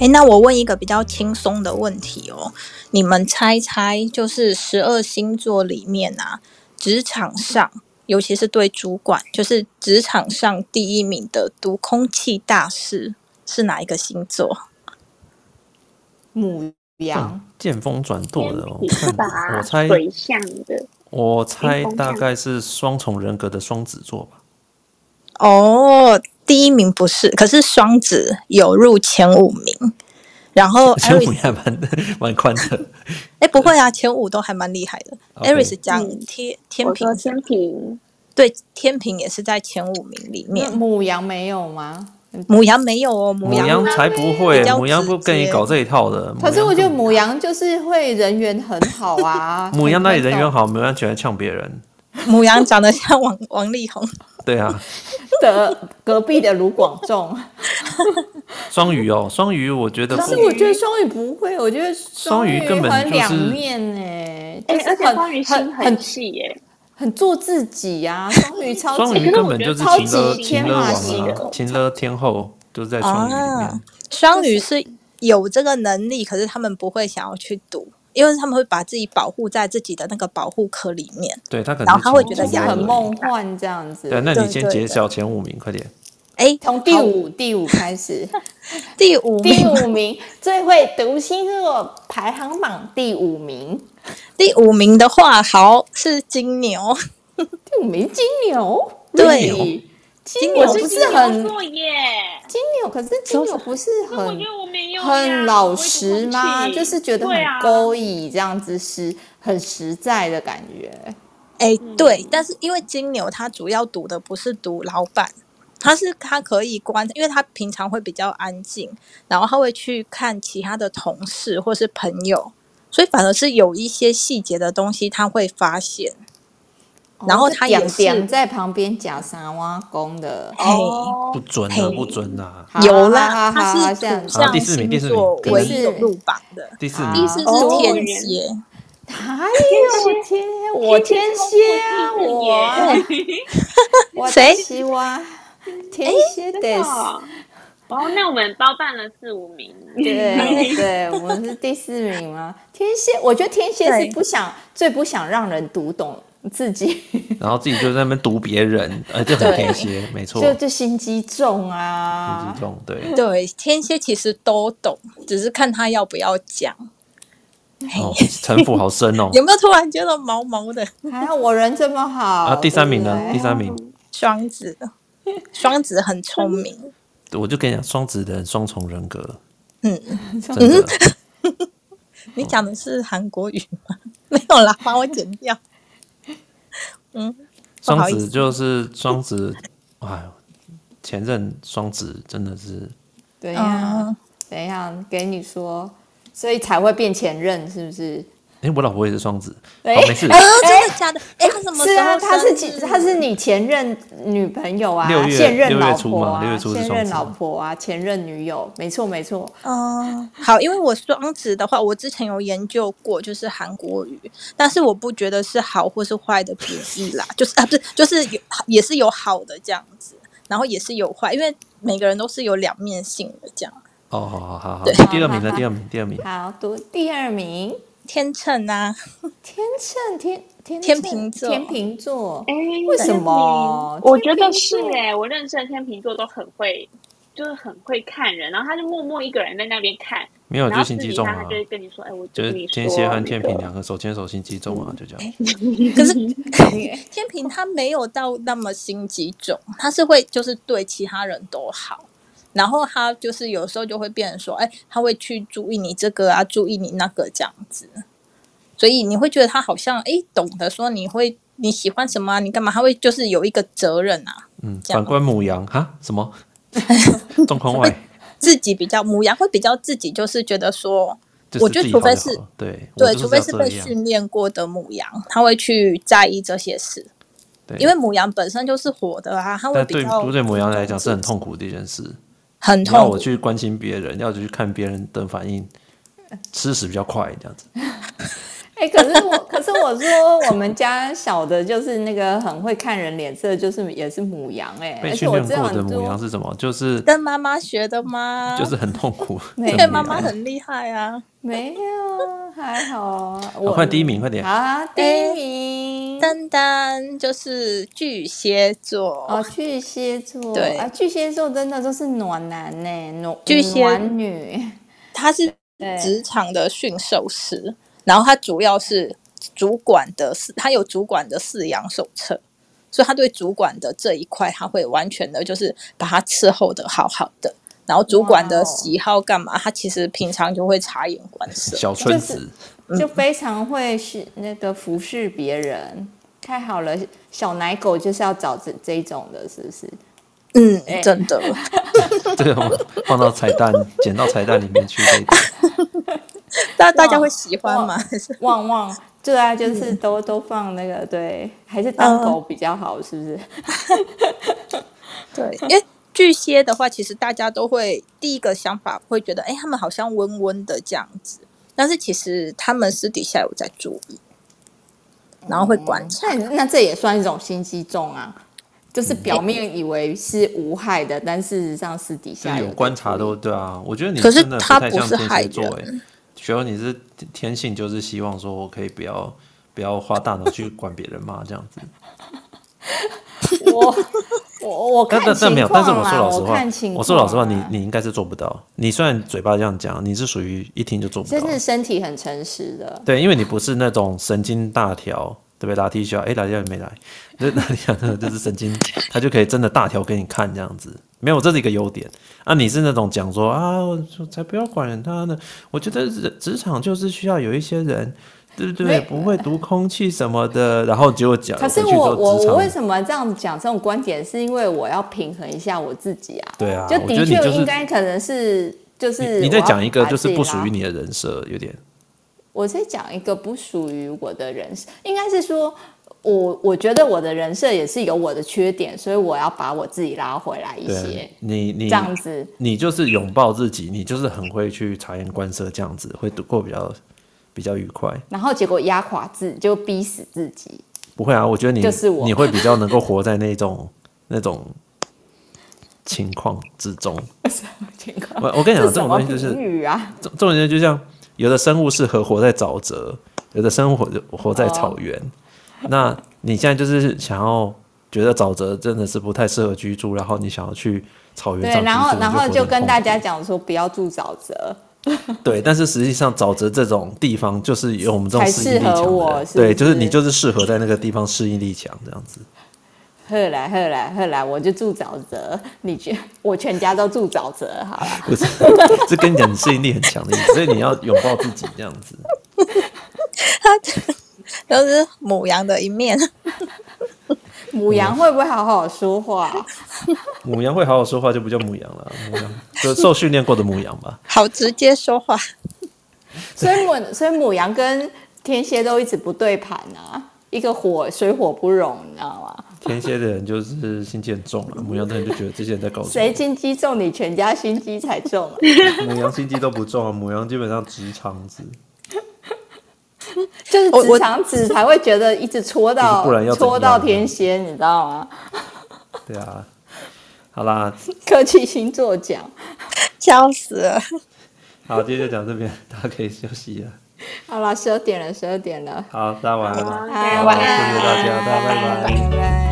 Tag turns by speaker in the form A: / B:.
A: 哎，那我问一个比较轻松的问题哦，你们猜猜，就是十二星座里面啊，职场上，尤其是对主管，就是职场上第一名的读空气大师是哪一个星座？
B: 母羊，
C: 见风转舵的、哦，我
D: 天
C: 看 我猜，
D: 水象的，
C: 我猜
D: 天空
C: 大
D: 上
C: 概是双重人格的双子座吧。
A: 哦，第一名不是，可是双子有入前五名。然后
C: 前五
A: Aris，
C: 还蛮蛮宽的，
A: 哎，不会啊，前五都还蛮厉害的。
C: OK
A: Aris 讲
D: 嗯
A: 天天
D: 我
A: 平
D: 说，天平，
A: 对，天平也是在前五名里
B: 那
A: 面。
B: 母羊没有吗？
A: 母羊没有哦，母
C: 母
A: 羊
C: 羊才不会
A: 比，较
C: 母羊不
A: 直
C: 跟你
A: 接
C: 搞这一套的。
B: 可是
C: 母羊
B: 我觉得
C: 更，
B: 母羊就是会人缘很好啊
C: 母羊哪里人缘
B: 好？
C: 好，母羊喜欢呛别人。
A: 母羊长得像王王力宏，
C: 对啊，
B: 的隔壁的卢广 仲，
C: 双鱼哦，双鱼我觉得
B: 可
C: 不
B: 是我觉得双鱼不会，我觉得
C: 双鱼根本
B: 很
C: 就是
B: 两面哎、
D: 哎
B: 就，是
D: 而且
B: 很
D: 双鱼心
B: 很很
D: 很细耶，
B: 很做自己 呀、双鱼超级
C: 双鱼
D: 可是
C: 根
D: 我
C: 本
D: 觉
C: 就
D: 得
C: 是
B: 超
C: 情勒
B: 级
C: 情
B: 天
C: 勒
B: 马
C: 王
B: 行
C: 啊，
B: 空
C: 情勒天后就是在双鱼里面
A: 啊。双鱼是有这个能力，可是他们不会想要去赌，因为他们会把自己保护在自己的那个保护壳里面。
C: 对他可能
A: 然后他
C: 情
A: 会
C: 勒
A: 觉
B: 就
A: 得
B: 是
A: 压力
B: 很
C: 而已。
B: 梦幻这样子。
C: 对，那你
A: 对
C: 先
A: 对
C: 揭
A: 对
C: 晓前五名，快点。
A: 哎，
B: 从第五第五开 始，
A: 好第五
B: 第
A: 名，
B: 五名最会读星座排行榜第五名，
A: 第五名的话，好是金牛，
B: 第五名金牛，
A: 对
B: 金牛金
A: 我
B: 牛不是
D: 金
B: 很
D: 牛座耶，
B: 金牛，可是金牛不是
D: 那我
B: 很
D: 觉得我没有呀
B: 很老实吗？就是觉得很。
D: 我
B: 勾引这样子是很实在的感觉。
A: 哎，对，但是因为金牛他主要赌的不是赌老板，他是他可以观，因为他平常会比较安静，然后他会去看其他的同事或是朋友，所以反而是有一些细节的东西他会发现。然后他也
B: 哦点
A: 是
B: 点在旁边假三挖工的，
A: 嘿，
D: 我
C: 不
D: 会
C: 准啊，
A: 嘿
C: 不准啊！
B: 好
A: 有
B: 好
A: 啦，
B: 好好
A: 它
B: 这
A: 是
B: 样
A: 土
B: 子
C: 好
A: 象
C: 第四
A: 星
C: 名第四名
A: 座
C: 第
A: 唯
B: 四
A: 一有
B: 名
A: 入榜的，
C: 第四
A: 第
C: 名
B: 啊，
A: 四是
D: 哦
A: 天蝎，
B: 哎呦天，我天蝎啊，我啊我
A: 谁
B: 西哇，天蝎
D: 不
B: 得
D: 会
B: 死。
D: 忘记真的啊哦，哦那我们包办了四五名，
B: 对对，我们是第四名 吗？天蝎，我觉得天蝎
A: 对
B: 是不想最不想让人读懂自己，
C: 然后自己就在那边读别人，呃，就很
B: 对
C: 天蝎，没错，
B: 就
C: 很
B: 就心机重啊
C: 激。动，对，
A: 对，天蝎其实都懂，只是看他要不要讲。
C: 哦，城府好深哦。
A: 有没有突然觉得毛毛的？
B: 还好我人这么好
C: 啊，第三名呢？
B: 对不
C: 第
B: 对
C: 三名，
A: 双子，双子很聪 明，
C: 我就跟你讲，双子的人双重人格，
A: 嗯，
C: 真的，
A: 你讲的是韩国语吗？ 没有啦，把我剪掉。嗯不
C: 双
A: 好意思
C: 子就是双子，哎呦，前任双子真的是
B: 怎
A: 嗯
B: 样？怎样？给你说，所以才会变前任，是不是？
C: 哎、我老婆也是双子，
B: 哎
C: 哦好没事
A: 哎，呦，真的假的？哎，他什么
B: 是
A: 时
B: 啊，
A: 候
B: 她是
A: 生
B: 几
A: 日？
B: 她是你前任女朋友啊
C: 六，月
B: 现任
C: 六月
B: 老
C: 初
B: 婆
C: 嘛
B: 啊
C: 六月，初是
B: 现
C: 双
B: 任
C: 子
B: 老
C: 嘛
B: 婆啊，前任女友，没错没错。
A: 哦，好，因为我双子的话，我之前有研究过，就是韩国语，但是我不觉得是好或是坏的贬义啦，就是啊，不是，就是有也是有好的这样子，然后也是有坏，因为每个人都是有两面性的这样。
C: 哦，好好好好
A: 对，
C: 第二名呢？第二名，第二名，
B: 好，读第二名，
A: 天秤啊，
B: 天秤天天
A: 天
B: 秤
A: 秤座
B: 天秤座
D: 哎，
B: 为什么
D: 我觉得
B: 天
D: 是
B: 秤座
D: 哎，我认识的天秤座都很会，就是很会看人，然后他就默默一个人在那边看，
C: 没有
D: 然
C: 就
D: 后
C: 心
D: 私
C: 机
D: 底
C: 重
D: 下
C: 啊
D: 他就，会跟你说，哎，我
C: 就
D: 跟
C: 是
D: 你
C: 天蝎
D: 说
C: 和
D: 那
C: 天
D: 个
C: 平两个手牵手心机重啊，就这样。
A: 可是天平他没有到那么心机重，他是会就是对其他人都好，然后他就是有时候就会变成说，哎，他会去注意你这个啊，注意你那个这样子，所以你会觉得他好像哎懂得说你会你喜欢什么、啊，你干嘛，他会就是有一个责任啊，
C: 嗯，
A: 这样
C: 反观母羊哈，什么状况外，
A: 自己比较母羊会比较自己就是觉得说，
C: 就是
A: 我觉
C: 自
A: 得
C: 己
A: 除
C: 好就
A: 非
C: 好
A: 是
C: 了对我
A: 对，
C: 就
A: 除非
C: 要
A: 是
C: 这
A: 被
C: 样
A: 训练过的母羊，他会去在意这些事。
C: 对，
A: 因为母羊本身就是火的啊，它会
C: 但
A: 比
C: 对
A: 较
C: 对母羊来讲是很痛苦的一件事，
A: 很
C: 你要
A: 痛
C: 我
A: 苦。
C: 去关心别人，要去看别人的反应，吃屎比较快这样子。
B: 哎、可是我， 可是我说我们家小的，就是那个很会看人脸色，就是也是母羊哎、
C: 被
B: 而且
C: 训
B: 我
C: 练
B: 知道
C: 过的
B: 很
C: 母羊
B: 多，
C: 是什么？就是
A: 跟妈妈学的吗？
C: 就是很痛 苦的母
B: 对
C: 羊。
A: 因为妈妈很厉害啊，
B: 没有，还好啊。
C: 好
B: 我
C: 哦快第一名，快点
B: 好！哎啊，第一名。
A: 丹丹就是巨蟹座，
B: 哦，巨蟹座，
A: 对
B: 啊，巨蟹座真的都是暖男呢、暖
A: 巨蟹嗯
B: 暖女，
A: 他是
B: 对
A: 职场的驯兽师，然后他主要是主管的饲，他有主管的饲养手册，所以他对主管的这一块，他会完全的就是把它伺候的好好的。然后主管
B: 哇哦
A: 的喜好干嘛，他其实平常就会察言观色。
C: 小春
B: 就
C: 子，
B: 就非常会是那个服侍别人，太好了，小奶狗就是要找这这一种的，是不是？
A: 嗯
B: 哎，
A: 真的，
C: 这个我们放到彩蛋，剪到彩蛋里面去。这一集
A: 大大家会喜欢吗？还是
B: 旺旺，对啊，就是都、都放那个，对，还是当狗比较好，是不是？
A: 对，因为巨蟹的话，其实大家都会第一个想法会觉得，哎，他们好像温温的这样子，但是其实他们私底下有在注意，然后会观察。
B: 那那这也算一种心机重啊，就是表面以为是无害的，但事实上私底
C: 就
B: 下
C: 是嗯有观察
B: 的。
C: 都对啊，我觉得你
A: 可是
C: 真的
A: 他
C: 太
A: 不
C: 像
A: 是
C: 天
A: 害
C: 蝎座哎、
A: 人
C: 学友你是天性就是希望说我可以不要不要花大脑去管别人嘛这样子。
B: 我我我看
C: 但但但没
B: 情
C: 有，但是
B: 况
C: 我说
B: 啦，
C: 老实
B: 我
C: 话
B: 看情，况。啊
C: 我说老实话，你你应该是做不到。你虽然嘴巴这样讲，你是属于一听就做不
B: 真
C: 到。
B: 是身体很诚实的，
C: 对，因为你不是那种神经大条，对不对？打 T 恤，哎，打 T 恤没来，那打 T 恤呢就是神经，他就可以真的大条给你看这样子。没有，这是一个优点啊！你是那种讲说啊，我我才不要管他呢。我觉得职职场就是需要有一些人，对不对？
B: 没
C: 不会读空气什么的，然后结果讲
B: 可是
C: 回去之
B: 我
C: 后
B: 我
C: 职场
B: 我为什么这样讲这种观点，是因为我要平衡一下我自己啊。
C: 对啊
B: 就
C: 我
B: 的
C: 觉得你
B: 确
C: 就是
B: 应该可能是就是
C: 你你再
B: 我要
C: 讲一个
B: 把
C: 就是
B: 自己
C: 不
B: 拉
C: 属于你的人设，有点
B: 我在讲一个不属于我的人设，应该是说，我我觉得我的人设也是有我的缺点，所以我要把我自己拉回来一些
C: 对，，啊你你
B: 这样子。
C: 你就是拥抱自己，你就是很会去察言观色，这样子会度过比较比较愉快。
B: 然后结果压垮自己，就逼死自己。
C: 不会啊，我觉得你
B: 就是我
C: 你会比较能够活在那种那种情况之中。
B: 情况
C: 我我跟你讲，
B: 这
C: 这
B: 什
C: 种
B: 么
C: 东西就
B: 比
C: 是
B: 喻啊？
C: 这这种人就像有的生物适合活在沼泽，有的生物活活在草原。那你现在就是想要觉得沼泽真的是不太适合居住，然后你想要去草原
B: 对，
C: 上居住，
B: 然后然后
C: 你
B: 就
C: 就活得很
B: 跟大
C: 痛苦
B: 家讲说，不要住沼泽。
C: 对，但是实际上沼泽这种地方就是有我们这种
B: 才
C: 适应力
B: 适合
C: 强的
B: 我
C: 人，
B: 是
C: 对，
B: 不
C: 就是
B: 是
C: 你就是适合在那个地方适应力强这样子。
B: 后来后来后来，我就住沼泽，你去，我全家都住沼泽，好了。
C: 不是， 这跟你讲，你适应力很强的意思，所以你要拥抱自己这样子。
A: 都是母羊的一面。
B: 母
C: 嗯
B: 羊会不会好好说话？
C: 母羊会好好说话，就不叫母羊了，母羊就受训练过的母羊吧。
A: 好直接说话，
B: 所以母所以母羊跟天蝎都一直不对盘啊，一个火水火不容，你知道吗？
C: 天蝎的人就是心机很重啊，母羊的人就觉得这些人在搞什
B: 谁心机重，你全家心机才重啊。
C: 么？母羊心机都不重啊，母羊基本上直肠子，
B: 就是
A: 我
B: 直肠子才会觉 得一直戳到
C: 不然要怎样啊
B: 戳到天蝎，你知道 吗？
C: 对啊。好啦，
B: 科技星座奖，
A: 笑死了。
C: 好，今天就讲这边，大家可以休息了。
B: 好了，十二点了，十二点了，啊
C: 好，大家晚安了，
D: 好
C: 好
D: 大家
C: 谢谢大家，大家拜
B: 拜
C: 拜。
B: 拜。